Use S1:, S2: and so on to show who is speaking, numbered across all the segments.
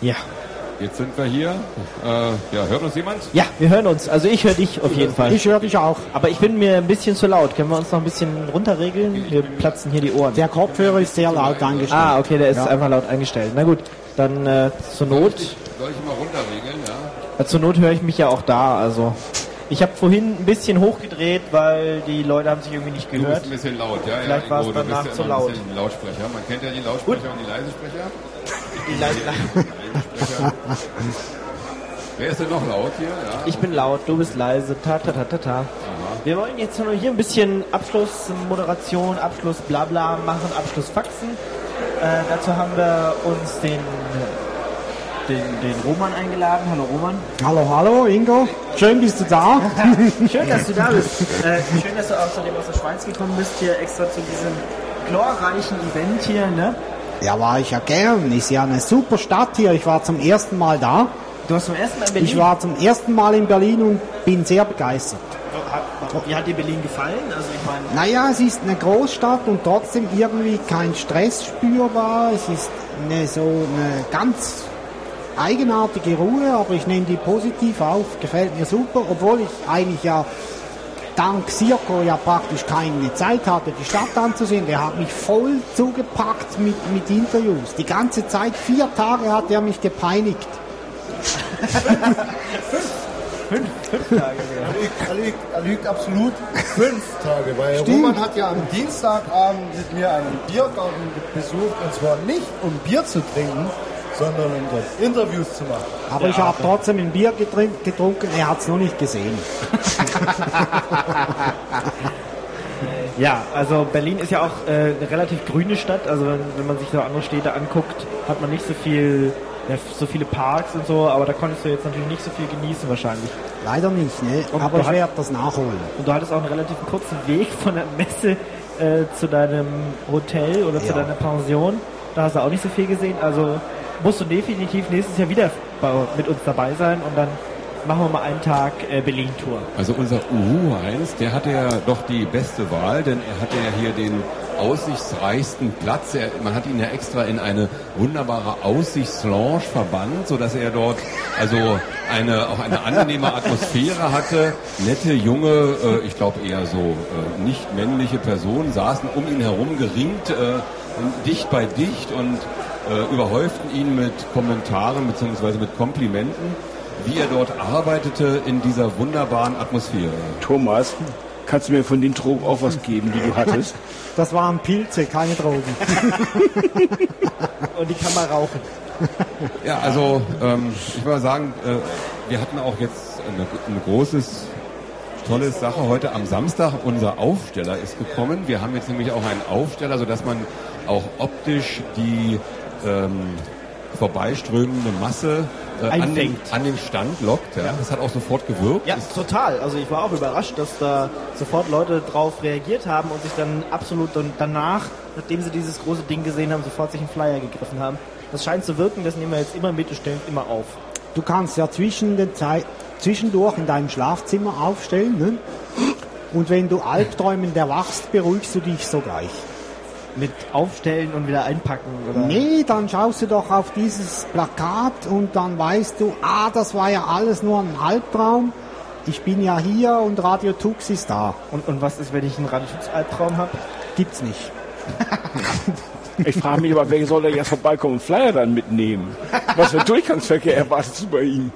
S1: Ja.
S2: Jetzt sind wir hier. Äh, ja, hört uns jemand?
S1: Ja, wir hören uns. Also ich höre dich auf jeden Fall.
S3: Ich höre dich auch.
S1: Aber ich bin mir ein bisschen zu laut. Können wir uns noch ein bisschen runterregeln? Wir platzen hier die Ohren.
S3: Der Kopfhörer ist sehr laut angestellt.
S1: Ah, okay, der ist einfach laut eingestellt. Na gut, dann äh, zur Not.
S2: Soll ich mal runterregeln, ja?
S1: Ja, zur Not höre ich mich ja auch da. Also ich habe vorhin ein bisschen hochgedreht, weil die Leute haben sich irgendwie nicht
S2: Du
S1: gehört.
S2: bist ein bisschen laut, ja?
S1: Vielleicht
S2: ja,
S1: war's
S2: Ingo, du
S1: danach
S2: bist
S1: zu
S2: ja immer
S1: laut.
S2: ein bisschen Lautsprecher. Man kennt ja die Lautsprecher und die Leisesprecher.
S1: Die Leute-
S2: Wer ist denn noch laut hier? Ja.
S1: Ich bin laut, du bist leise. Ta ta ta ta ta. Wir wollen jetzt nur hier ein bisschen Abschlussmoderation, Abschluss Blabla machen, Abschlussfaxen. Äh, dazu haben wir uns den, den, den Roman eingeladen. Hallo Roman.
S3: Hallo, hallo, Ingo. Schön bist du da.
S1: Schön, dass du da bist. Äh, schön, dass du außerdem aus der Schweiz gekommen bist, hier extra zu diesem glorreichen Event hier. Ne?
S3: Ja, war ich ja gern. Ist ja eine super Stadt hier. Ich war zum ersten Mal da.
S1: Du hast zum ersten Mal in Berlin.
S3: Ich war zum ersten Mal in Berlin und bin sehr begeistert.
S1: Hat- Wie hat dir Berlin gefallen? Also ich meine,
S3: Naja, es ist eine Großstadt und trotzdem irgendwie kein Stress spürbar. Es ist eine, so eine ganz eigenartige Ruhe, aber ich nehme die positiv auf. Gefällt mir super, obwohl ich eigentlich ja dank Sirko ja praktisch keine Zeit hatte, die Stadt anzusehen. Der hat mich voll zugepackt mit, mit Interviews. Die ganze Zeit, vier Tage hat er mich gepeinigt.
S4: Er lügt, er lügt, er lügt absolut fünf Tage, weil
S3: Stimmt.
S4: Roman hat ja am Dienstagabend mit mir einen Biergarten besucht und zwar nicht um Bier zu trinken, sondern um dort Interviews zu machen.
S3: Aber ich habe trotzdem ein Bier getrin- getrunken, er hat es noch nicht gesehen.
S1: Ja, also Berlin ist ja auch äh, eine relativ grüne Stadt. Also wenn, wenn man sich so andere Städte anguckt, hat man nicht so viel, ja, so viele Parks und so. Aber da konntest du jetzt natürlich nicht so viel genießen wahrscheinlich.
S3: Leider nicht, ne?
S1: Und
S3: aber
S1: du
S3: ich
S1: hast-
S3: werde das nachholen.
S1: Und du hattest auch einen relativ kurzen Weg von der Messe äh, zu deinem Hotel oder zu
S3: Ja.
S1: deiner Pension. Da hast du auch nicht so viel gesehen. Also musst du definitiv nächstes Jahr wieder bei, mit uns dabei sein und dann machen wir mal einen Tag äh, Berlin-Tour.
S2: Also unser Uhu Heinz, der hatte ja doch die beste Wahl, denn er hatte ja hier den aussichtsreichsten Platz. Er, man hat ihn ja extra in eine wunderbare Aussichtslounge verbannt, sodass er dort also eine, auch eine angenehme Atmosphäre hatte. Nette junge, äh, ich glaube eher so äh, nicht männliche Personen saßen um ihn herum geringt, äh, und dicht bei dicht und äh, überhäuften ihn mit Kommentaren bzw. mit Komplimenten wie er dort arbeitete in dieser wunderbaren Atmosphäre.
S5: Thomas, kannst du mir von den Drogen auch was geben, die du hattest?
S3: Das waren Pilze, keine Drogen.
S1: Und die kann man rauchen.
S2: Ja, also ähm, ich würde sagen, äh, wir hatten auch jetzt eine, ein großes, tolles Sache heute am Samstag. Unser Aufsteller ist gekommen. Wir haben jetzt nämlich auch einen Aufsteller, sodass man auch optisch die ähm, vorbeiströmende Masse äh, an, den,
S1: Einfängt.
S2: an den Stand lockt. Ja. Das hat auch sofort gewirkt.
S1: Ja,
S2: Ist
S1: total. Also ich war auch überrascht, dass da sofort Leute drauf reagiert haben und sich dann absolut und danach, nachdem sie dieses große Ding gesehen haben, sofort sich einen Flyer gegriffen haben. Das scheint zu wirken, das nehmen wir jetzt immer mit und stellen immer auf.
S3: Du kannst ja zwischen den Zei- zwischendurch in deinem Schlafzimmer aufstellen. Ne? Und wenn du Albträumend erwachst, beruhigst du dich sogleich.
S1: Mit aufstellen und wieder einpacken oder
S3: Nee, dann schaust du doch auf dieses Plakat und dann weißt du, ah, das war ja alles nur ein Albtraum. Ich bin ja hier und Radio Tux ist da.
S1: und, und was ist, wenn ich einen Radischutz-Albtraum habe?
S3: Gibt's nicht.
S5: Ich frage mich aber, wer soll da jetzt vorbeikommen und Flyer dann mitnehmen? Was für Durchgangsverkehr erwartest du bei ihm?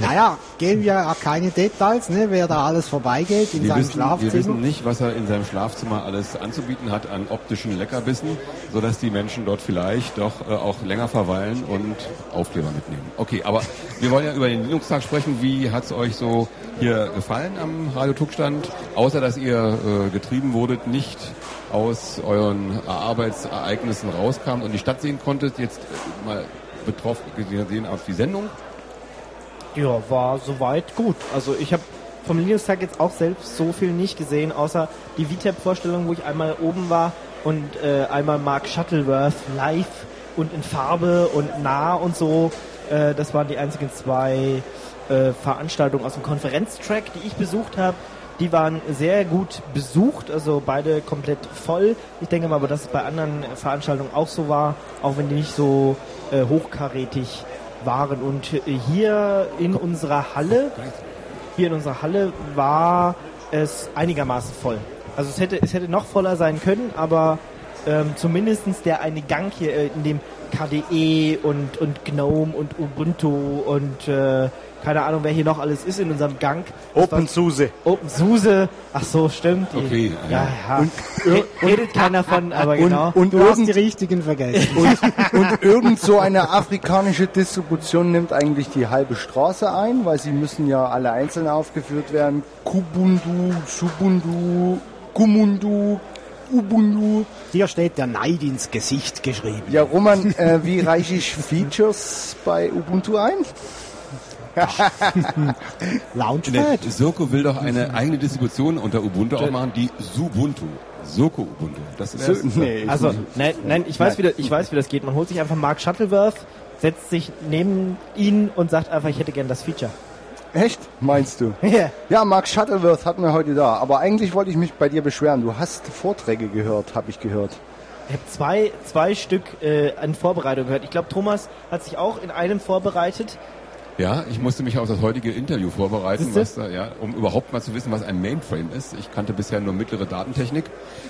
S3: Naja, gehen wir ja keine Details, ne, wer da alles vorbeigeht in
S2: Wir
S3: seinem
S2: wissen, wir
S3: Schlafzimmer.
S2: wissen nicht, was er in seinem Schlafzimmer alles anzubieten hat an optischen Leckerbissen, sodass die Menschen dort vielleicht doch äh, auch länger verweilen und Aufkleber mitnehmen. Okay, aber wir wollen ja über den Linux-Tag sprechen. Wie hat's euch so hier gefallen am Radio Tuckstand? Außer, dass ihr äh, getrieben wurdet, nicht aus euren Arbeitsereignissen rauskamt und die Stadt sehen konntet, jetzt äh, mal betroffen gesehen auf die Sendung.
S1: Ja, war soweit gut. Also ich habe vom Linux-Tag jetzt auch selbst so viel nicht gesehen, außer die VTAP-Vorstellung, wo ich einmal oben war und äh, einmal Mark Shuttleworth live und in Farbe und nah und so. Äh, das waren die einzigen zwei äh, Veranstaltungen aus dem Konferenztrack, die ich besucht habe. Die waren sehr gut besucht, also beide komplett voll. Ich denke mal, aber dass es bei anderen Veranstaltungen auch so war, auch wenn die nicht so äh, hochkarätig waren. Und äh, hier in unserer Halle, hier in unserer Halle war es einigermaßen voll. Also es hätte, es hätte noch voller sein können, aber ähm, zumindestens der eine Gang hier, äh, in dem KDE und, und GNOME und Ubuntu und äh, keine Ahnung, wer hier noch alles ist in unserem Gang. Das war-
S6: OpenSUSE.
S1: OpenSUSE, ach so, stimmt. die-
S2: Okay,
S1: ja,
S2: ja.
S1: ja. Re- redet keiner von, aber genau.
S6: und,
S3: Du hast die richtigen vergessen.
S6: und, und irgend so eine afrikanische Distribution nimmt eigentlich die halbe Straße ein, weil sie müssen ja alle einzeln aufgeführt werden. Kubundu, Subundu, Kumundu, Ubundu.
S3: Hier steht der Neid ins Gesicht geschrieben.
S6: Ja, Roman, äh, wie reiche ich Features bei Ubuntu ein?
S2: Ne,
S3: Launchpad.
S2: Soko will doch eine eigene Distribution unter Ubuntu auch machen, die Subuntu. Soko Ubuntu. Das ist
S6: So- nee.
S1: Also, nein, nein, ich weiß, wie das, ich weiß, wie das geht. Man holt sich einfach Mark Shuttleworth, setzt sich neben ihn und sagt einfach, ich hätte gern das Feature.
S6: Echt? Meinst du? Ja, Mark Shuttleworth hatten wir heute da. Aber eigentlich wollte ich mich bei dir beschweren. Du hast Vorträge gehört, habe ich gehört.
S1: Ich habe zwei, zwei Stück äh, an Vorbereitung gehört. Ich glaube, Thomas hat sich auch in einem vorbereitet.
S2: Ja, ich musste mich auf das heutige Interview vorbereiten,
S1: Siehste?
S2: was da, ja, um überhaupt mal zu wissen, was ein Mainframe ist. Ich kannte bisher nur mittlere Datentechnik.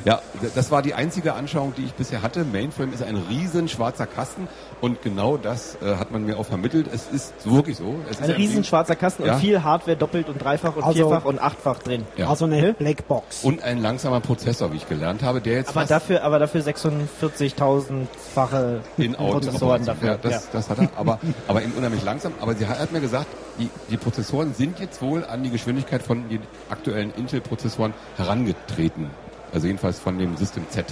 S2: Ja, d- das war die einzige Anschauung, die ich bisher hatte. Mainframe ist ein riesen schwarzer Kasten und genau das äh, hat man mir auch vermittelt. Es ist wirklich so. Es
S1: Ein
S2: ist
S1: riesen schwarzer Kasten
S2: Ja.
S1: und viel Hardware doppelt und dreifach und
S3: Also-
S1: vierfach und achtfach drin.
S2: Ja.
S3: Also eine Blackbox.
S2: und ein langsamer Prozessor, wie ich gelernt habe, der jetzt
S1: Aber
S2: fast
S1: dafür, aber dafür 46.000-fache
S2: in Auto
S1: Prozessoren dafür.
S2: Ja, das, das hat er, aber, aber eben unheimlich langsam. Aber sie hat mir gesagt, die, die Prozessoren sind jetzt wohl an die Geschwindigkeit von den aktuellen Intel-Prozessoren herangetreten. Also jedenfalls von dem System Z.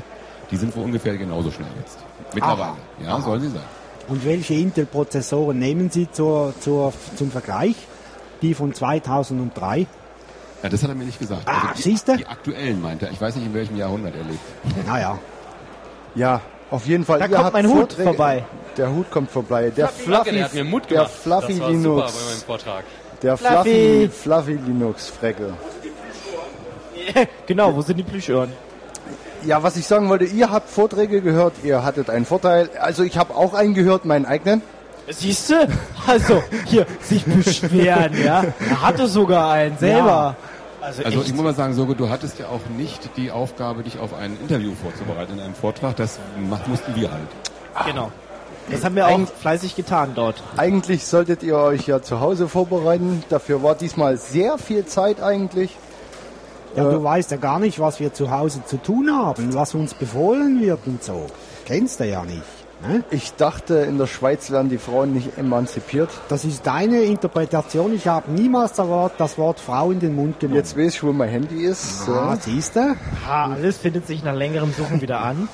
S2: Die sind wohl ungefähr genauso schnell jetzt. Mittlerweile. Ja, sollen sie sein.
S3: Und welche Intel-Prozessoren nehmen Sie zur, zur, zum Vergleich? Die von 2003.
S2: Ja, das hat er mir nicht gesagt. Also
S3: Ah,
S2: die,
S3: siehste?
S2: die aktuellen meinte er. Ich weiß nicht, in welchem Jahrhundert er lebt.
S3: Naja,
S6: Ja, auf jeden Fall.
S1: Da
S6: ihr
S1: kommt
S6: habt
S1: mein Hut vorbei.
S6: Der Hut kommt vorbei. Der Fluffy,
S7: der hat mir Mut
S6: der
S7: gemacht.
S6: Fluffy
S7: das war
S6: Linux.
S7: super bei meinem Vortrag.
S6: Der Fluffy, Fluffy Linux Frecke.
S1: Genau, wo sind die Plüschöhren?
S6: Ja, was ich sagen wollte, ihr habt Vorträge gehört, ihr hattet einen Vorteil. Also ich habe auch einen gehört, meinen eigenen.
S1: Siehst du? Also, hier, sich beschweren, ja. Er hatte sogar einen selber. Also,
S2: Also
S1: echt.
S2: ich muss mal sagen, Sogo, du hattest ja auch nicht die Aufgabe, dich auf ein Interview vorzubereiten in einem Vortrag. Das macht, mussten wir halt.
S1: genau. Das haben wir auch fleißig getan dort.
S6: Eigentlich solltet ihr euch ja zu Hause vorbereiten. Dafür war diesmal sehr viel Zeit eigentlich.
S3: ja, du weißt ja gar nicht, was wir zu Hause zu tun haben, was uns befohlen wird und so. Kennst du ja nicht. Ne?
S6: Ich dachte, in der Schweiz werden die Frauen nicht emanzipiert.
S3: Das ist deine Interpretation. Ich habe niemals das Wort, das Wort Frau in den Mund genommen.
S6: Jetzt weiß ich, wo mein Handy ist.
S3: ah,
S6: So.
S3: siehst du?
S1: Ha, Ah, alles findet sich nach längerem Suchen wieder an.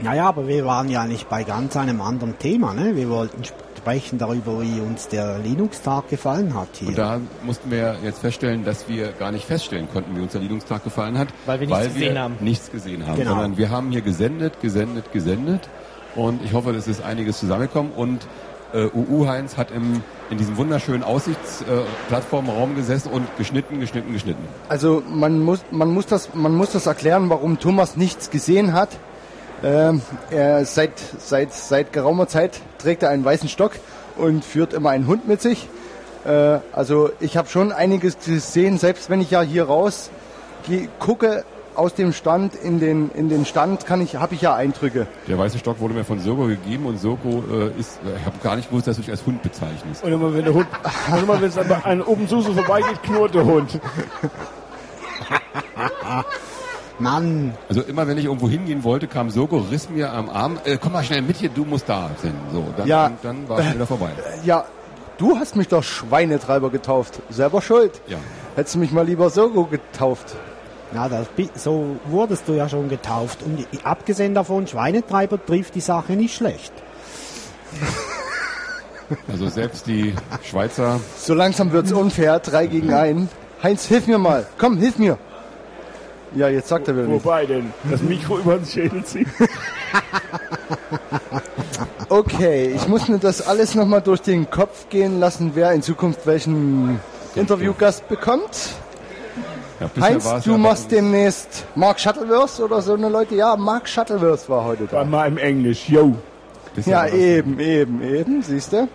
S3: Naja, aber wir waren ja nicht bei ganz einem anderen Thema. Ne? Wir wollten sprechen darüber, wie uns der Linux-Tag gefallen hat hier.
S2: Und da mussten wir jetzt feststellen, dass wir gar nicht feststellen konnten, wie uns der Liedungstag gefallen hat.
S1: Weil wir nichts gesehen haben.
S2: nichts gesehen haben.
S3: Genau.
S2: Sondern wir haben hier gesendet, gesendet, gesendet. Und ich hoffe, dass ist einiges zusammengekommen. Und äh, UU Heinz hat im, in diesem wunderschönen Aussichtsplattformraum äh, Plattformraum gesessen und geschnitten, geschnitten, geschnitten.
S6: Also man muss, man, muss das, man muss das erklären, warum Thomas nichts gesehen hat. Ähm, er seit, seit, seit geraumer Zeit trägt er einen weißen Stock und führt immer einen Hund mit sich. Äh, also ich habe schon einiges gesehen, selbst wenn ich ja hier raus geh- gucke aus dem Stand in den, in den Stand, kann ich, habe ich ja Eindrücke.
S2: Der weiße Stock wurde mir von Sirko gegeben und Sirko äh, ist, äh, ich habe gar nicht gewusst, dass du dich als Hund bezeichnest.
S5: Und immer wenn der Hund, und immer wenn es an an oben Suse vorbeigeht, knurrt der Hund.
S3: Mann,
S2: Also immer wenn ich irgendwo hingehen wollte, kam Sirko, riss mir am Arm, äh, komm mal schnell mit hier, du musst da sein. So, dann,
S6: Ja.
S2: dann, dann war es wieder vorbei.
S6: Ja, du hast mich doch Schweinetreiber getauft. Selber schuld.
S2: Ja.
S6: Hättest du mich mal lieber Sogo getauft.
S3: na, das, bi- so wurdest du ja schon getauft. Und i- abgesehen davon, Schweinetreiber trifft die Sache nicht schlecht.
S2: Also selbst die Schweizer
S6: So langsam wird's unfair, drei gegen einen. Heinz, hilf mir mal. Komm, hilf mir. Ja, jetzt sagt er wieder nicht.
S5: Wobei denn? Das Mikro über den Schädel zieht.
S6: Okay, ich muss mir das alles nochmal durch den Kopf gehen lassen, wer in Zukunft welchen Interviewgast bekommt.
S2: Ja, bisher war
S6: Heinz,
S2: es
S6: du
S2: ja
S6: machst
S2: bei uns-
S6: demnächst Mark Shuttleworth oder so eine Leute. Ja, Mark Shuttleworth war heute da.
S5: Bei meinem Englisch, yo.
S2: Bisschen
S6: Ja,
S2: anders.
S6: eben, eben, eben, siehst du?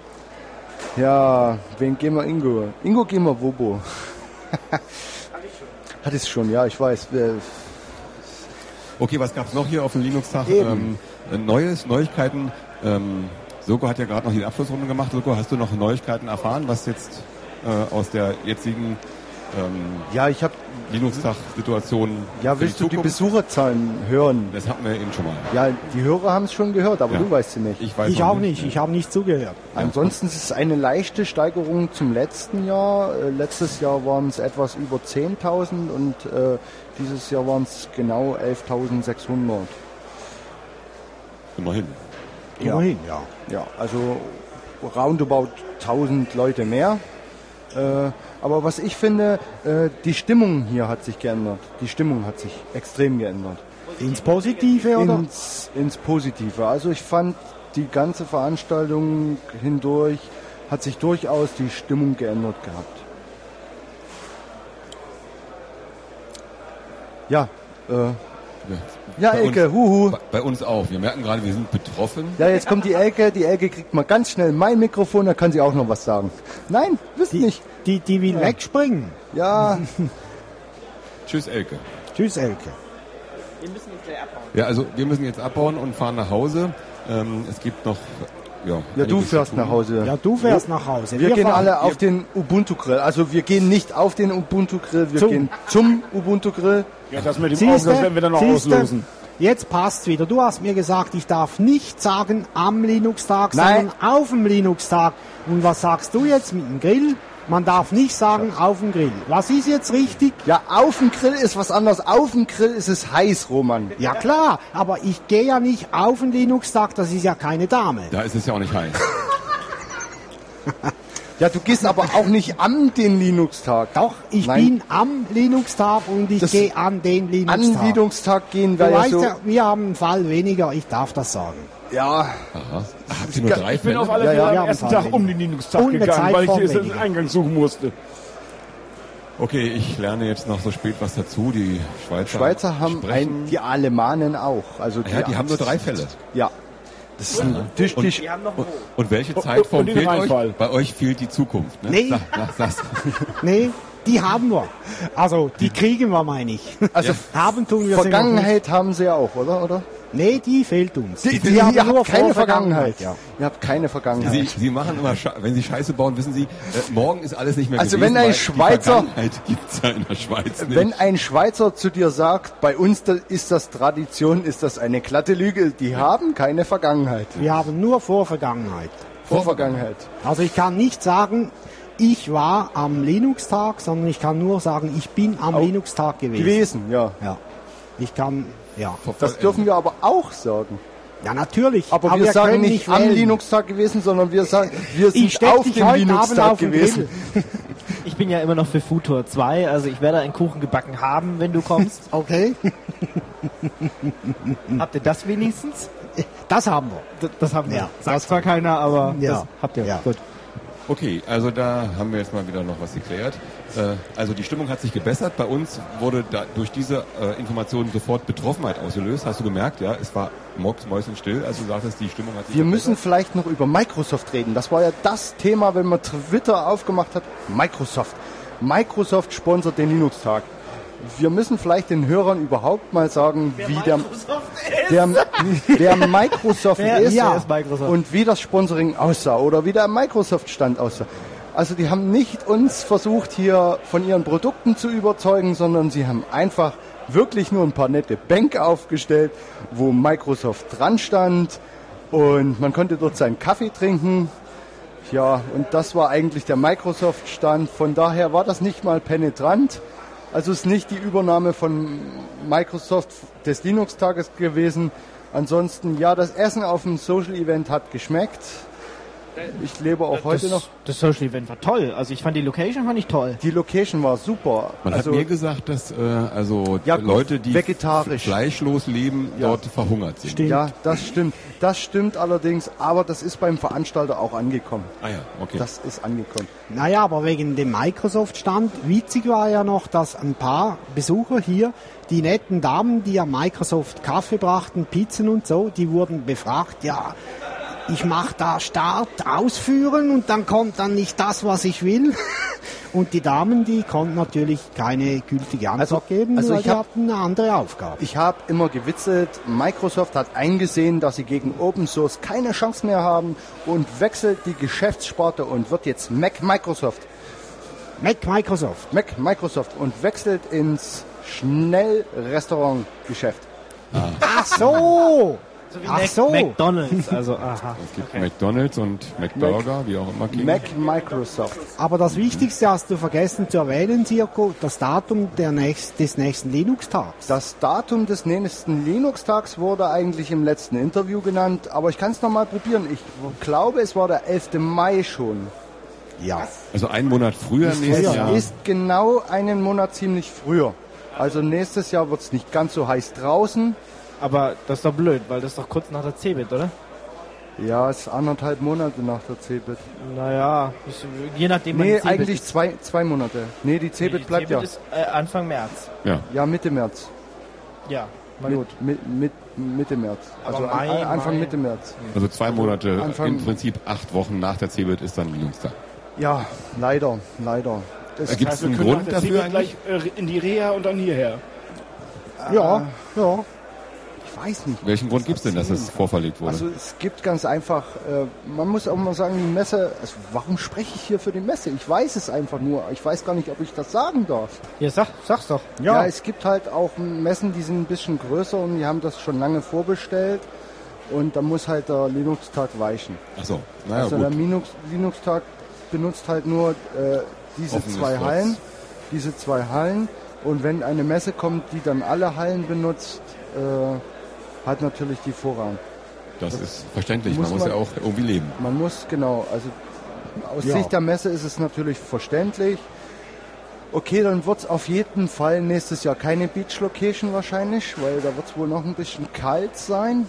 S6: Ja, wen gehen wir Ingo? Ingo gehen wir Wobo. Hat es schon, ja, ich weiß. Äh,
S2: Okay, was gab's noch hier auf dem Linux-Tag?
S6: Eben.
S2: Ähm, Neues, Neuigkeiten. Ähm, Soko hat ja gerade noch die Abschlussrunde gemacht. Soko, hast du noch Neuigkeiten erfahren, was jetzt äh, aus der jetzigen ähm,
S6: Ja, ich habe.
S2: Linux-Tag-Situation
S6: Ja,
S2: für
S6: willst du die
S2: Zukunft-
S6: Besucherzahlen hören?
S2: Das hatten wir eben schon mal.
S6: Ja, die Hörer haben es schon gehört, aber
S2: Ja.
S6: du weißt sie nicht.
S2: Ich weiß
S3: Ich
S2: noch
S3: auch nicht, ich habe nicht zugehört.
S6: Ansonsten ist es eine leichte Steigerung zum letzten Jahr. Äh, letztes Jahr waren es etwas über 10.000 und äh, dieses Jahr waren es genau 11.600.
S2: Immerhin.
S6: Ja.
S3: Immerhin, ja.
S6: Ja, also roundabout 1000 Leute mehr. Äh, aber was ich finde, äh, die Stimmung hier hat sich geändert. Die Stimmung hat sich extrem geändert.
S3: Ins Positive, oder?
S6: Ins, ins Positive. Also ich fand, die ganze Veranstaltung hindurch hat sich durchaus die Stimmung geändert gehabt. Ja, äh, ja,
S2: Bei uns-
S6: Elke, huhu.
S2: Bei- Bei uns auch. Wir merken gerade, wir sind betroffen.
S6: Ja, jetzt kommt die Elke. Die Elke kriegt mal ganz schnell mein Mikrofon, da kann sie auch noch was sagen. Nein, wisst
S3: Die,
S6: nicht.
S3: die, die will wegspringen.
S6: Ja,
S2: Tschüss, Elke.
S3: Tschüss, Elke.
S1: Wir müssen jetzt gleich abbauen.
S2: Ja, also wir müssen jetzt abbauen und fahren nach Hause. Ähm, es gibt noch. Ja,
S6: ja du
S2: einiges zu
S6: fährst
S2: tun.
S6: nach Hause.
S3: Ja, du fährst nach Hause.
S6: wir, gehen
S3: fahren
S6: alle auf den Ubuntu Grill. Also wir gehen nicht auf den Ubuntu Grill, wir
S3: Zum.
S6: gehen zum Ubuntu Grill.
S5: Ja, das mit dem Auge, das
S3: Siehste?
S5: werden wir dann noch
S3: Siehste?
S5: auslosen.
S3: Jetzt passt wieder. Du hast mir gesagt, ich darf nicht sagen am Linux-Tag,
S6: Nein.
S3: sondern auf dem Linux-Tag. Und was sagst du jetzt mit dem Grill? Man darf nicht sagen auf dem Grill. Was ist jetzt richtig?
S6: Ja, auf dem Grill ist was anderes. Auf dem Grill ist es heiß, Roman.
S3: Ja klar, aber ich gehe ja nicht auf den Linux-Tag, das ist ja keine Dame.
S2: Da ist es ja auch nicht heiß.
S6: Ja, du gehst aber auch nicht an den Linux Tag.
S3: Doch, ich
S6: Nein.
S3: bin am Linux-Tag und ich
S6: Das-
S3: gehe an den
S6: An
S3: Linux-Tag.
S6: Linux Tag gehen
S3: Du
S6: wäre ja
S3: weißt
S6: so.
S3: ja, wir haben einen Fall weniger, ich darf das sagen.
S6: Ja,
S2: Aha. Habt ihr nur drei
S5: Ich bin auf alle
S6: Ja,
S5: Fälle
S6: ja,
S5: am
S3: wir haben
S5: ersten
S3: ein paar
S5: Tag um den
S3: weniger.
S5: Linux-Tag
S3: Und eine
S5: gegangen,
S3: Zeit
S5: weil ich
S3: vor
S5: den
S3: weniger.
S5: Eingang suchen musste.
S2: Okay, ich lerne jetzt noch so spät was dazu. Die Schweizer,
S6: Schweizer haben
S2: sprechen.
S6: ein, die Alemanen auch. Also
S2: Ja, die haben nur drei Fälle.
S6: Ja. Das ist ein Tisch, Tisch.
S1: Wir haben noch
S2: Und,
S1: einen Hof.
S2: und welche Zeitform
S5: und den
S2: fehlt
S5: Reinfall.
S2: euch? Bei euch fehlt die Zukunft. Ne?
S3: Nee.
S2: Sag, sag, sag.
S3: Nee, die haben wir. Also, die kriegen wir, meine ich.
S6: Also
S3: Haben tun wir sie noch
S6: Vergangenheit haben sie ja auch, oder? oder?
S3: nicht. Nee, die fehlt uns.
S6: ihr
S3: haben
S6: habt
S3: nur
S6: keine
S3: vor
S6: Vergangenheit.
S3: Ja.
S6: Ihr habt keine Vergangenheit.
S2: Sie, sie machen immer, Sche wenn sie Scheiße bauen, wissen sie, äh, morgen ist alles nicht mehr
S6: Also
S2: gewesen,
S6: wenn ein
S2: weil
S6: Schweizer-
S2: Die Vergangenheit gibt's ja in der Schweiz nicht.
S6: Wenn ein Schweizer zu dir sagt, bei uns da- ist das Tradition, ist das eine glatte Lüge. Die haben keine Vergangenheit.
S3: Wir haben nur Vorvergangenheit.
S6: Vorvergangenheit.
S3: Also ich kann nicht sagen, ich war am Linux-Tag, sondern ich kann nur sagen, ich bin am Linux-Tag gewesen.
S6: Gewesen, ja.
S3: Ja. Ich kann, ja.
S6: Das dürfen wir aber auch sagen.
S3: Ja, natürlich.
S6: Aber, wir, sagen
S3: können
S6: nicht am
S3: wählen.
S6: Linux-Tag gewesen, sondern wir sagen, wir
S3: Ich
S6: sind
S3: stecke
S6: auf
S3: dich
S6: dem
S3: heute Abend
S6: Linux-Tag
S3: auf den
S6: gewesen.
S3: Grill.
S1: Ich bin ja immer noch für Futur 2, also ich werde einen Kuchen gebacken haben, wenn du kommst.
S3: Okay,
S1: habt ihr das wenigstens?
S3: das haben wir.
S1: D das haben wir.
S3: Ja,
S1: Sagt zwar keiner, aber
S3: Ja.
S1: das habt ihr.
S3: Ja.
S1: Gut.
S2: Okay, also da haben wir jetzt mal wieder noch was geklärt. Äh, also die Stimmung hat sich gebessert. Bei uns wurde da durch diese äh, Informationen sofort Betroffenheit ausgelöst. Hast du gemerkt, ja? Es war Mox mäusenstill, als Also du sagtest, die Stimmung hat sich
S6: Wir
S2: gebessert.
S6: müssen vielleicht noch über Microsoft reden. Das war ja das Thema, wenn man Twitter aufgemacht hat. Microsoft. Microsoft sponsert den Linux-Tag. Wir müssen vielleicht den Hörern überhaupt mal sagen, wie der, der, der Microsoft
S1: Wer
S6: ist,
S1: ist- wer ist Microsoft?
S6: und wie das Sponsoring aussah oder wie der Microsoft-Stand aussah. Also die haben nicht uns versucht, hier von ihren Produkten zu überzeugen, sondern sie haben einfach wirklich nur ein paar nette Bänke aufgestellt, wo Microsoft dran stand und man konnte dort seinen Kaffee trinken. Ja, und das war eigentlich der Microsoft-Stand. Von daher war das nicht mal penetrant. Also ist nicht die Übernahme von Microsoft des Linux-Tages gewesen. Ansonsten, ja, das Essen auf dem Social-Event hat geschmeckt. Ich lebe auch heute
S1: das,
S6: noch.
S1: das Social Event war toll. Also ich fand die Location fand ich toll.
S6: Die Location war super.
S2: Man
S6: also,
S2: hat mir gesagt, dass äh, also
S6: Ja, gut,
S2: Leute, die
S6: vegetarisch.
S2: fleischlos leben,
S6: Ja.
S2: dort verhungert sind.
S6: ja, das stimmt. Das stimmt allerdings, aber das ist beim Veranstalter auch angekommen.
S2: Ah ja, okay.
S6: Das ist angekommen.
S3: Naja, aber wegen dem Microsoft-Stand, witzig war ja noch, dass ein paar Besucher hier, die netten Damen, die ja Microsoft Kaffee brachten, Pizzen und so, die wurden befragt, ja, ich mache da Start, ausführen und dann kommt dann nicht das, was ich will. Und die Damen, die konnten natürlich keine gültige Antwort
S6: Also-
S3: geben,
S6: also
S3: weil
S6: ich
S3: die
S6: hab-
S3: hatten eine andere Aufgabe.
S6: Ich habe immer gewitzelt, Microsoft hat eingesehen, dass sie gegen Open Source keine Chance mehr haben und wechselt die Geschäftssparte und wird jetzt Mac Microsoft.
S3: Mac Microsoft.
S6: Mac Microsoft und wechselt ins Schnellrestaurantgeschäft.
S3: Ach so! Ach
S1: Mac-
S3: so!
S1: McDonalds, also aha.
S2: Es gibt McDonalds und McBurger, wie auch immer. klingt.
S6: Mac Microsoft.
S3: Aber das Wichtigste hast du vergessen zu erwähnen, Sirko, das Datum der nächst, des nächsten Linux-Tags.
S6: Das Datum des nächsten Linux-Tags wurde eigentlich im letzten Interview genannt, aber ich kann es nochmal probieren. Ich glaube, es war der 11. Mai schon.
S3: Ja.
S2: Also einen Monat früher nächstes
S6: Es
S2: Jahr.
S6: ist genau einen Monat ziemlich früher. Also nächstes Jahr wird es nicht ganz so heiß draußen.
S1: Aber das ist doch blöd, weil das ist doch kurz nach der CeBIT, oder?
S6: Ja, es ist anderthalb Monate nach der CeBIT.
S1: Naja, ich, äh, je nachdem wann
S6: Nee,
S1: die CeBIT
S6: eigentlich
S1: ist.
S6: zwei, zwei Monate. Nee, die
S1: Die
S6: CeBIT bleibt
S1: CeBIT
S6: ja.
S1: ist äh, Anfang März.
S2: ja.
S6: Ja, Mitte März.
S1: Ja, na
S6: Mit,
S1: gut.
S6: mit, mit, Mitte März. Also
S1: Aber Mai,
S6: an- Anfang
S1: Mai.
S6: Mitte März.
S2: Also zwei Monate,
S6: Anfang-
S2: im Prinzip acht Wochen nach der CeBIT ist dann Linux-Tag.
S6: Ja, leider, leider. Das
S2: Gibt es
S5: Also
S2: einen
S5: können
S2: Grund
S5: wir das Ding
S2: dafür eigentlich?
S5: gleich äh, in die Reha und dann hierher.
S3: Ja, ja.
S6: ich weiß nicht.
S2: Welchen Grund gibt es denn, dass es vorverlegt wurde?
S6: Also es gibt ganz einfach, äh, man muss auch mal sagen, die Messe, also warum spreche ich hier für die Messe? Ich weiß es einfach nur. Ich weiß gar nicht, ob ich das sagen darf.
S1: Ja, sag, sag's doch.
S6: Ja, es gibt halt auch Messen, die sind ein bisschen größer und die haben das schon lange vorbestellt. Und da muss halt der Linux-Tag weichen.
S2: Achso, naja
S6: also der
S2: gut.
S6: Linux- Linux-Tag benutzt halt nur äh, diese
S2: Offenes
S6: zwei
S2: Netz.
S6: Hallen. Diese zwei Hallen. Und wenn eine Messe kommt, die dann alle Hallen benutzt, äh, hat natürlich die Vorrang.
S2: Das ist verständlich.
S6: Muss
S2: man muss
S6: man-
S2: ja auch irgendwie leben.
S6: Man muss, genau, also aus
S3: Ja.
S6: Sicht der Messe ist es natürlich verständlich. Okay, dann wird es auf jeden Fall nächstes Jahr keine Beach-Location wahrscheinlich, weil da wird es wohl noch ein bisschen kalt sein.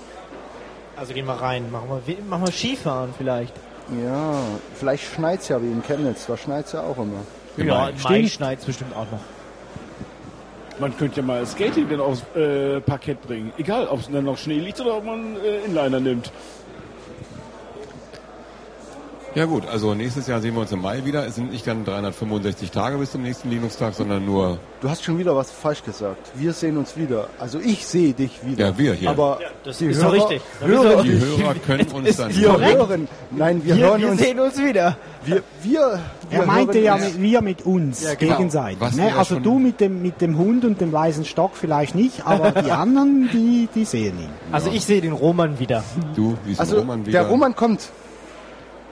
S1: Also gehen wir rein, machen wir, wir- machen wir Skifahren vielleicht.
S6: Ja, vielleicht schneit es ja wie in Chemnitz, da schneit es ja auch immer.
S1: Ja,
S2: Genau.
S1: im Mai
S5: Stimmt.
S1: schneit's bestimmt auch noch.
S5: Man könnte ja mal Skating dann aufs äh, Parkett bringen. Egal, ob es dann noch Schnee liegt oder ob man äh, Inliner nimmt.
S2: Ja gut, also nächstes Jahr sehen wir uns im Mai wieder. Es sind nicht dann 365 Tage bis zum nächsten Linux-Tag, sondern nur
S6: Du hast schon wieder was falsch gesagt. Wir sehen uns wieder. Also ich sehe dich wieder.
S2: Ja, wir hier.
S6: Aber
S1: das
S6: die
S1: ist
S6: Hörer,
S1: doch richtig. Dann müssen
S6: Hörer,
S1: wir-
S2: die Hörer können uns dann...
S6: wir hören. Nein, wir,
S1: Wir,
S6: hören
S1: wir
S6: uns.
S1: sehen uns wieder.
S6: Wir, wir, wir
S3: Er meinte
S6: hören
S3: ja
S6: uns.
S3: mit, wir mit uns,
S2: genau.
S3: gegenseitig.
S2: Was wir
S3: ne?
S2: ja
S3: Also
S2: schon-
S3: du mit dem, mit dem Hund und dem weißen Stock vielleicht nicht, aber die anderen, die, die sehen ihn.
S1: Also ich sehe den Roman wieder.
S2: Du, wie ist
S6: Also
S2: Roman wieder?
S6: der Roman kommt.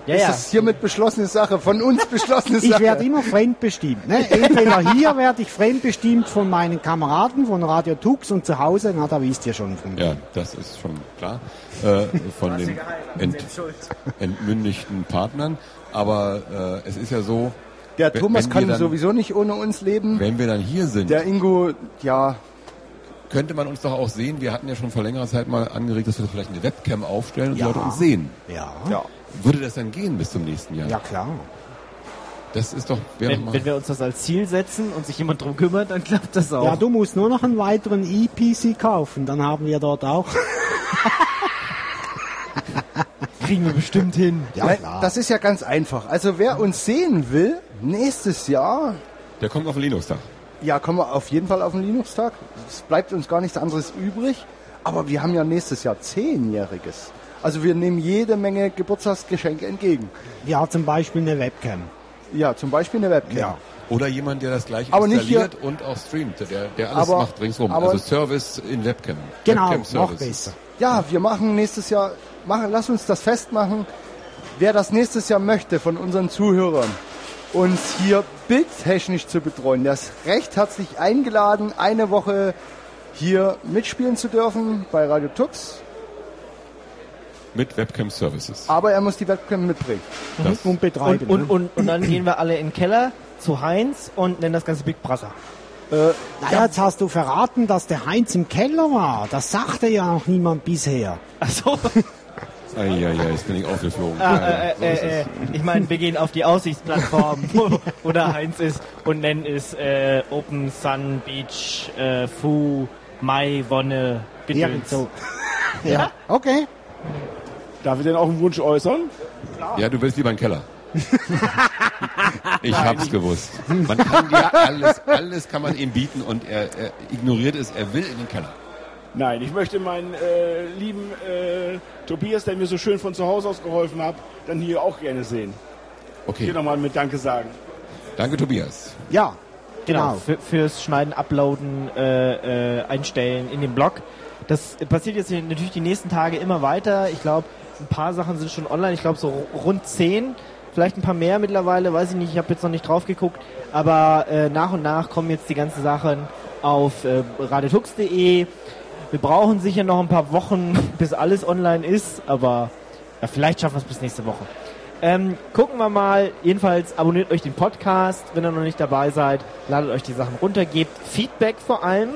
S1: Ja,
S6: Das ist hiermit beschlossene Sache, von uns beschlossene Sache.
S3: Ich werde immer fremdbestimmt. Ne? Entweder hier werde ich fremdbestimmt von meinen Kameraden von Radio Tux und zu Hause, na da wisst ihr schon von mir.
S2: Ja, das ist schon klar. Äh, von den
S1: also
S2: ent, entmündigten Partnern. Aber äh, es ist ja so,
S6: der
S2: wenn-
S6: Thomas
S2: wenn
S6: kann
S2: wir dann-
S6: sowieso nicht ohne uns leben.
S2: wenn wir dann hier sind,
S6: Der Ingo, ja,
S2: könnte man uns doch auch sehen. Wir hatten ja schon vor längerer Zeit mal angeregt, dass wir vielleicht eine Webcam aufstellen und die Leute uns sehen.
S3: Ja.
S6: ja.
S2: Würde das dann gehen bis zum nächsten Jahr?
S3: Ja, klar.
S2: Das ist doch, wäre doch
S1: Wenn,
S2: mal.
S1: wenn wir uns das als Ziel setzen und sich jemand drum kümmert, dann klappt das auch.
S3: Ja, du musst nur noch einen weiteren E-PC kaufen, dann haben wir dort auch.
S1: kriegen wir bestimmt hin.
S6: Nein, ne, das ist ja ganz einfach. Also wer uns sehen will, nächstes Jahr,
S2: Der kommt auf den Linux-Tag.
S6: ja, kommen wir auf jeden Fall auf den Linux-Tag. Es bleibt uns gar nichts anderes übrig. Aber wir haben ja nächstes Jahr Zehnjähriges. Also wir nehmen jede Menge Geburtstagsgeschenke entgegen.
S3: Ja, zum Beispiel eine Webcam.
S6: Ja, zum Beispiel eine Webcam.
S2: Oder jemand, der das gleich
S6: Aber nicht
S2: installiert und auch streamt, der, der alles
S6: Aber-
S2: macht ringsrum.
S6: aber-
S2: also Service in Webcam.
S3: Genau, noch
S2: Webcam-Service.
S3: besser.
S6: Ja, wir machen nächstes Jahr, machen, lass uns das festmachen. Wer das nächstes Jahr möchte von unseren Zuhörern, uns hier bildtechnisch zu betreuen, der ist recht herzlich eingeladen, eine Woche hier mitspielen zu dürfen bei Radio Tux.
S2: Mit Webcam-Services.
S6: Aber er muss die Webcam mitbringen.
S2: Das-
S3: Und
S1: Und,
S3: betreiben.
S1: und, und, und dann gehen wir alle in den Keller zu Heinz und nennen das Ganze Big Brother.
S3: naja, jetzt hast du verraten, dass der Heinz im Keller war. Das sagte ja auch niemand bisher.
S1: Achso,
S2: Eieiei, jetzt bin ich aufgeflogen.
S1: äh,
S2: Ja, ja,
S1: äh,
S2: so ist
S1: äh, äh, ich meine, wir gehen auf die Aussichtsplattform, wo- wo der Heinz ist und nennen es äh, Open Sun Beach äh, Fu Mai Wonne Gedöns.
S3: Irgend so. ja. Okay.
S5: Darf ich denn auch einen Wunsch äußern?
S2: Ja, du willst lieber einen Keller. ich hab's gewusst. Man kann dir alles, alles kann man ihm bieten und er, er ignoriert es, er will in den Keller.
S5: Nein, ich möchte meinen äh, lieben äh, Tobias, der mir so schön von zu Hause aus geholfen hat, dann hier auch gerne sehen. Hier
S2: Okay,
S5: nochmal mit Danke sagen.
S2: danke Tobias.
S3: Ja,
S1: Genau,
S3: genau.
S1: für, fürs Schneiden, Uploaden, äh, äh, Einstellen in den Blog. Das passiert jetzt natürlich die nächsten Tage immer weiter. Ich glaube, ein paar Sachen sind schon online. Ich glaube, so rund zehn, vielleicht ein paar mehr mittlerweile, weiß ich nicht. Ich habe jetzt noch nicht drauf geguckt. Aber äh, nach und nach kommen jetzt die ganzen Sachen auf äh, radiotux.de. Wir brauchen sicher noch ein paar Wochen, bis alles online ist. Aber ja, vielleicht schaffen wir es bis nächste Woche. Ähm, gucken wir mal. Jedenfalls abonniert euch den Podcast, wenn ihr noch nicht dabei seid. Ladet euch die Sachen runter, gebt Feedback vor allem.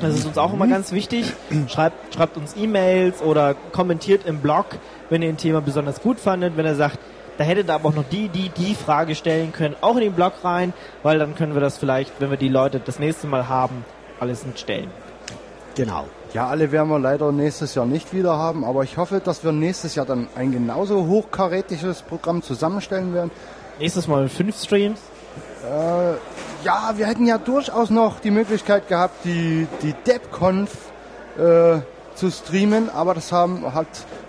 S1: Das ist uns auch
S6: Mhm.
S1: immer ganz wichtig. Schreibt, schreibt uns E-Mails oder kommentiert im Blog, wenn ihr ein Thema besonders gut fandet. Wenn ihr sagt, da hättet ihr aber auch noch die, die, die Frage stellen können, auch in den Blog rein, weil dann können wir das vielleicht, wenn wir die Leute das nächste Mal haben, alles nicht stellen.
S3: genau.
S6: Ja, alle werden wir leider nächstes Jahr nicht wieder haben, aber ich hoffe, dass wir nächstes Jahr dann ein genauso hochkarätisches Programm zusammenstellen werden.
S1: Nächstes Mal fünf Streams.
S6: Ja, wir hätten ja durchaus noch die Möglichkeit gehabt, die, die DebConf äh, zu streamen, aber das haben, hat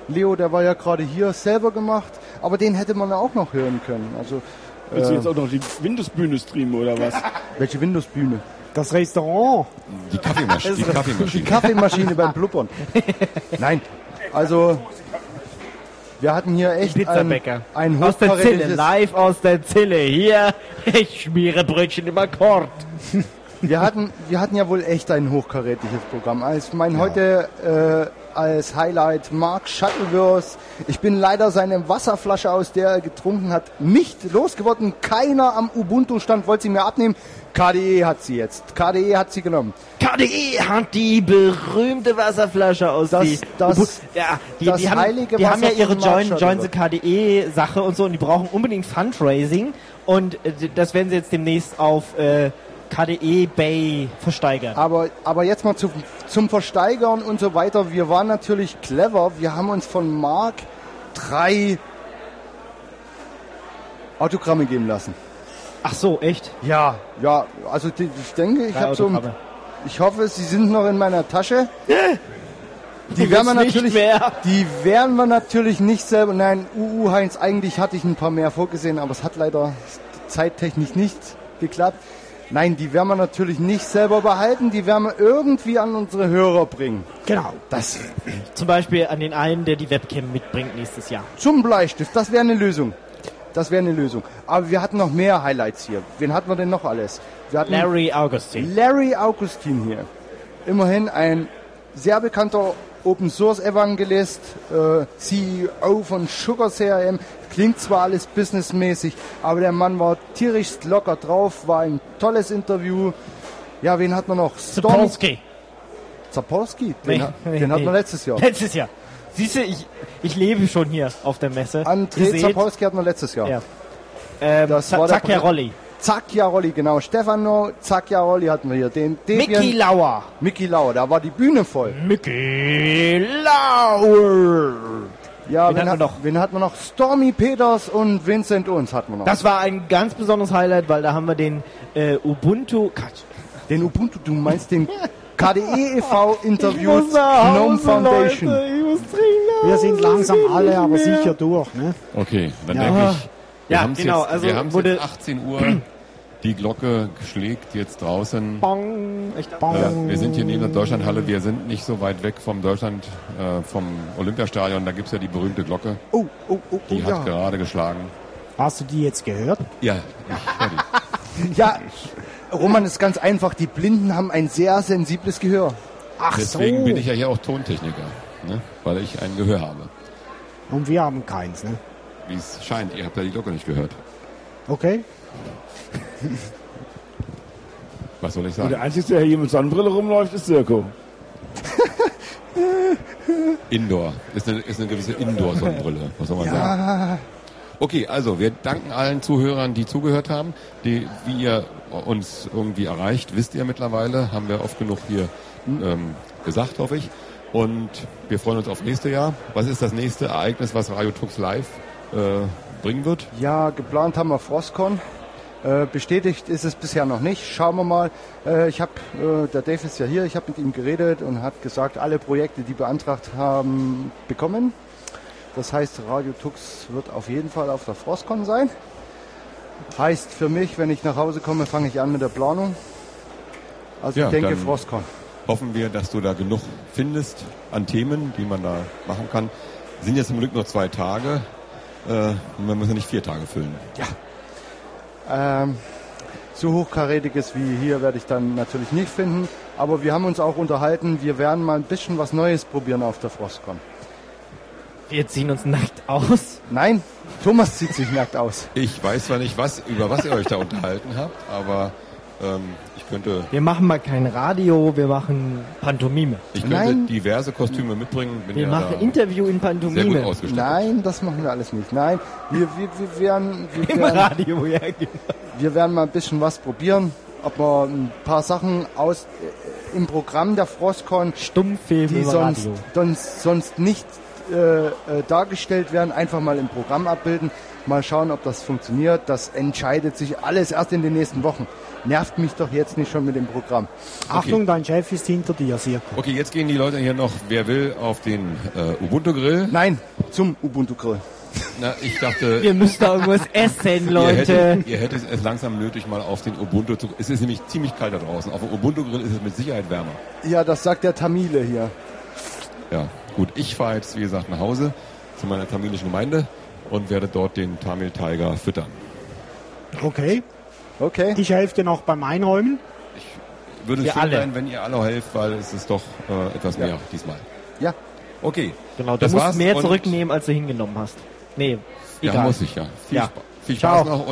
S6: Leo, der war ja gerade hier, selber gemacht, aber den hätte man ja auch noch hören können. Also,
S5: Willst du jetzt auch noch die Windows-Bühne streamen oder was?
S6: welche Windows-Bühne? Also,
S3: Das Restaurant.
S2: Die Kaffeemaschine. Die
S6: Die
S2: Kaffeemaschine.
S6: Kaffeemaschine beim Blubbern. Nein, also wir hatten hier echt ein,
S1: Pizzabäcker.
S6: ein
S1: aus der Zille,
S6: hochkarätiges,
S1: live aus der Zille. Hier, ich schmiere Brötchen im Akkord.
S6: wir hatten, wir hatten ja wohl echt ein hochkarätiges Programm. Also ich meine, heute äh, als Highlight Mark Shuttleworth. Ich bin leider seine Wasserflasche, aus der er getrunken hat, nicht losgeworden. Keiner am Ubuntu-Stand wollte sie mir abnehmen. KDE hat sie jetzt. KDE hat sie genommen.
S1: KDE E hat die berühmte Wasserflasche aus
S6: Das-
S1: die,
S6: das-
S1: ja, die,
S6: das
S1: die haben,
S6: heilige
S1: die haben ja
S6: Wasser
S1: ihre
S6: von Mark
S1: Join, Join the
S6: Shuttleworth.
S1: KDE E Sache und so und die brauchen unbedingt Fundraising und äh, das werden sie jetzt demnächst auf äh, KDE Bay versteigern.
S6: Aber, aber jetzt mal zum, zum Versteigern und so weiter. Wir waren natürlich clever. Wir haben uns von Mark drei Autogramme geben lassen.
S1: Ach so, echt?
S6: Ja. Ja, also die, ich denke, ich
S1: Drei
S6: habe so.
S1: Autogramme.
S6: Ich hoffe, sie sind noch in meiner Tasche. Die werden wir
S1: Jetzt nicht
S6: natürlich.
S1: mehr.
S6: Die werden wir natürlich nicht selber. Nein, UU Heinz, eigentlich hatte ich ein paar mehr vorgesehen, aber es hat leider zeittechnisch nicht geklappt. Nein, die werden wir natürlich nicht selber behalten, die werden wir irgendwie an unsere Hörer bringen.
S3: Genau.
S6: Das
S1: Zum Beispiel an den einen, der die Webcam mitbringt nächstes Jahr.
S6: zum Bleistift, das wäre eine Lösung. Das wäre eine Lösung. Aber wir hatten noch mehr Highlights hier. Wen hatten wir denn noch alles? Wir hatten
S1: Larry Augustin.
S6: Larry Augustin hier. Immerhin ein sehr bekannter Open Source Evangelist, äh, CEO von Sugar CRM. Klingt zwar alles businessmäßig, aber der Mann war tierisch locker drauf, war ein tolles Interview. Ja, wen hat man noch? Storm
S1: Sapolsky.
S6: Zapolski? Den,
S1: Nee,
S6: ha-
S1: nee,
S6: den hat
S1: nee.
S6: man letztes Jahr.
S1: Letztes Jahr. Siehst du, ich, ich lebe schon hier auf der Messe. Ihr
S6: André
S1: seht,
S6: Zapolski hat man letztes Jahr.
S1: Ja. ähm,
S6: Das
S1: Za-
S6: war der
S1: Zaccarolli.
S6: Zacchiarolli, genau. Stefano Zacchiarolli hatten wir hier. Den Debian-
S1: Mickey Lauer.
S6: Mickey Lauer, da war die Bühne voll.
S1: Mickey Lauer.
S6: Ja,
S1: Wen hatten
S6: wen, hat,
S1: wir noch?
S6: wen hatten wir noch? Stormy Peters und Vincent Uns hatten wir noch.
S1: Das war ein ganz besonderes Highlight, weil da haben wir den äh, Ubuntu. Quatsch.
S6: den Ubuntu, du meinst den KDE e.V. E Interview
S1: muss nach
S6: Gnome
S1: Hause,
S6: Foundation.
S1: Leute. Ich muss dringend
S3: Wir
S1: nach
S3: sind
S1: Hause.
S3: langsam
S1: Es geht
S3: alle,
S1: nicht
S3: aber
S1: mehr.
S3: sicher durch. Ne?
S2: Okay, dann
S3: Ja.
S2: denke ich, wir
S1: Ja,
S2: haben's
S1: genau,
S2: jetzt,
S1: also
S2: wir haben's
S1: wurde-
S2: jetzt 18 Uhr, die Glocke schlägt jetzt draußen.
S1: Bong. Ich dachte,
S2: Ja, wir sind hier neben der Deutschlandhalle, wir sind nicht so weit weg vom Deutschland, äh, vom Olympiastadion, da gibt's ja die berühmte Glocke,
S6: Oh, oh, oh, oh
S2: die hat
S6: ja.
S2: gerade geschlagen.
S3: Hast du die jetzt gehört?
S2: Ja, ich hör die.
S6: ja. Roman ist ganz einfach, die Blinden haben ein sehr sensibles Gehör.
S3: Ach
S2: Deswegen
S3: so.
S2: bin ich ja hier auch Tontechniker, ne? weil ich ein Gehör habe.
S3: Und wir haben keins. Ne?
S2: Wie es scheint, ihr habt ja die Glocke nicht gehört.
S3: Okay?
S2: Was soll ich
S5: Und
S2: sagen?
S5: der Einzige, der hier mit Sonnenbrille rumläuft, ist Sirko.
S2: Indoor. Ist eine, ist eine gewisse Indoor-Sonnenbrille, was soll man sagen. Okay, also wir danken allen Zuhörern, die zugehört haben. Die, wie ihr uns irgendwie erreicht, wisst ihr mittlerweile, haben wir oft genug hier ähm, gesagt, hoffe ich. Und wir freuen uns auf nächste Jahr. Was ist das nächste Ereignis, was Radio Tux Live äh, bringen wird?
S6: Ja, geplant haben wir Frostcon. Äh, bestätigt ist es bisher noch nicht. Schauen wir mal. Äh, ich habe, äh, der Dave ist ja hier, ich habe mit ihm geredet und hat gesagt, alle Projekte, die beantragt haben, bekommen. Das heißt, Radio Tux wird auf jeden Fall auf der Frostcon sein. Heißt für mich, wenn ich nach Hause komme, fange ich an mit der Planung. Also
S2: Ja,
S6: ich denke
S2: dann-
S6: Frostcon.
S2: Hoffen wir, dass du da genug findest an Themen, die man da machen kann. Sind jetzt zum Glück nur zwei Tage. Äh, man muss ja nicht vier Tage füllen.
S6: Ähm, so hochkarätiges wie hier werde ich dann natürlich nicht finden. Aber wir haben uns auch unterhalten, wir werden mal ein bisschen was Neues probieren auf der Frostcon.
S1: Wir ziehen uns nackt aus.
S6: Nein, Thomas zieht sich nackt aus.
S2: Ich weiß zwar nicht, was, über was ihr euch da unterhalten habt, aber ähm, ich könnte,
S1: Wir machen mal kein Radio, wir machen Pantomime.
S2: ich könnte
S6: Nein.
S2: diverse Kostüme mitbringen. Bin
S1: Wir
S2: ja
S1: machen
S2: da
S1: Interview in
S2: sehr gut
S1: Pantomime.
S2: ausgestattet.
S6: Nein, das machen wir alles nicht. Nein, wir, wir, wir, werden, wir,
S1: Im
S6: werden,
S1: Radio, ja. genau.
S6: wir werden mal ein bisschen was probieren. Ob wir ein paar Sachen aus äh, im Programm der Frostcon,
S1: Stummfilm
S6: die
S1: über
S6: sonst,
S1: Radio.
S6: sonst, sonst nicht äh, äh, dargestellt werden, einfach mal im Programm abbilden. Mal schauen, ob das funktioniert. Das entscheidet sich alles erst in den nächsten Wochen. Nervt mich doch jetzt nicht schon mit dem Programm.
S3: Achtung, dein Chef ist hinter dir, Sirko.
S2: Okay, jetzt gehen die Leute hier noch, wer will, auf den äh, Ubuntu-Grill.
S6: Nein, zum Ubuntu Grill.
S2: Na, ich dachte,
S1: Ihr müsst da irgendwas essen,
S2: Ihr
S1: Leute.
S2: hättet, ihr hättet es langsam nötig, mal auf den Ubuntu zu. Es ist nämlich ziemlich kalt da draußen. Auf dem Ubuntu-Grill ist es mit Sicherheit wärmer.
S6: Ja, das sagt der Tamile hier.
S2: Ja, gut. Ich fahre jetzt, wie gesagt, nach Hause zu meiner tamilischen Gemeinde und werde dort den Tamil Tiger füttern.
S3: Okay.
S6: Okay.
S3: Ich helfe dir noch beim Einräumen.
S2: Würde
S1: Wir
S2: schön
S1: alle.
S2: sein, wenn ihr alle helft, weil es ist doch äh, etwas mehr diesmal.
S6: Ja.
S2: Okay.
S1: Genau, du
S2: das
S1: musst
S2: war's
S1: mehr
S2: und-
S1: zurücknehmen, als du hingenommen hast. Nee,
S2: Ja,
S1: egal.
S2: muss ich ja. Viel,
S1: Ja.
S2: Spaß, viel Spaß
S1: Ciao.
S2: noch.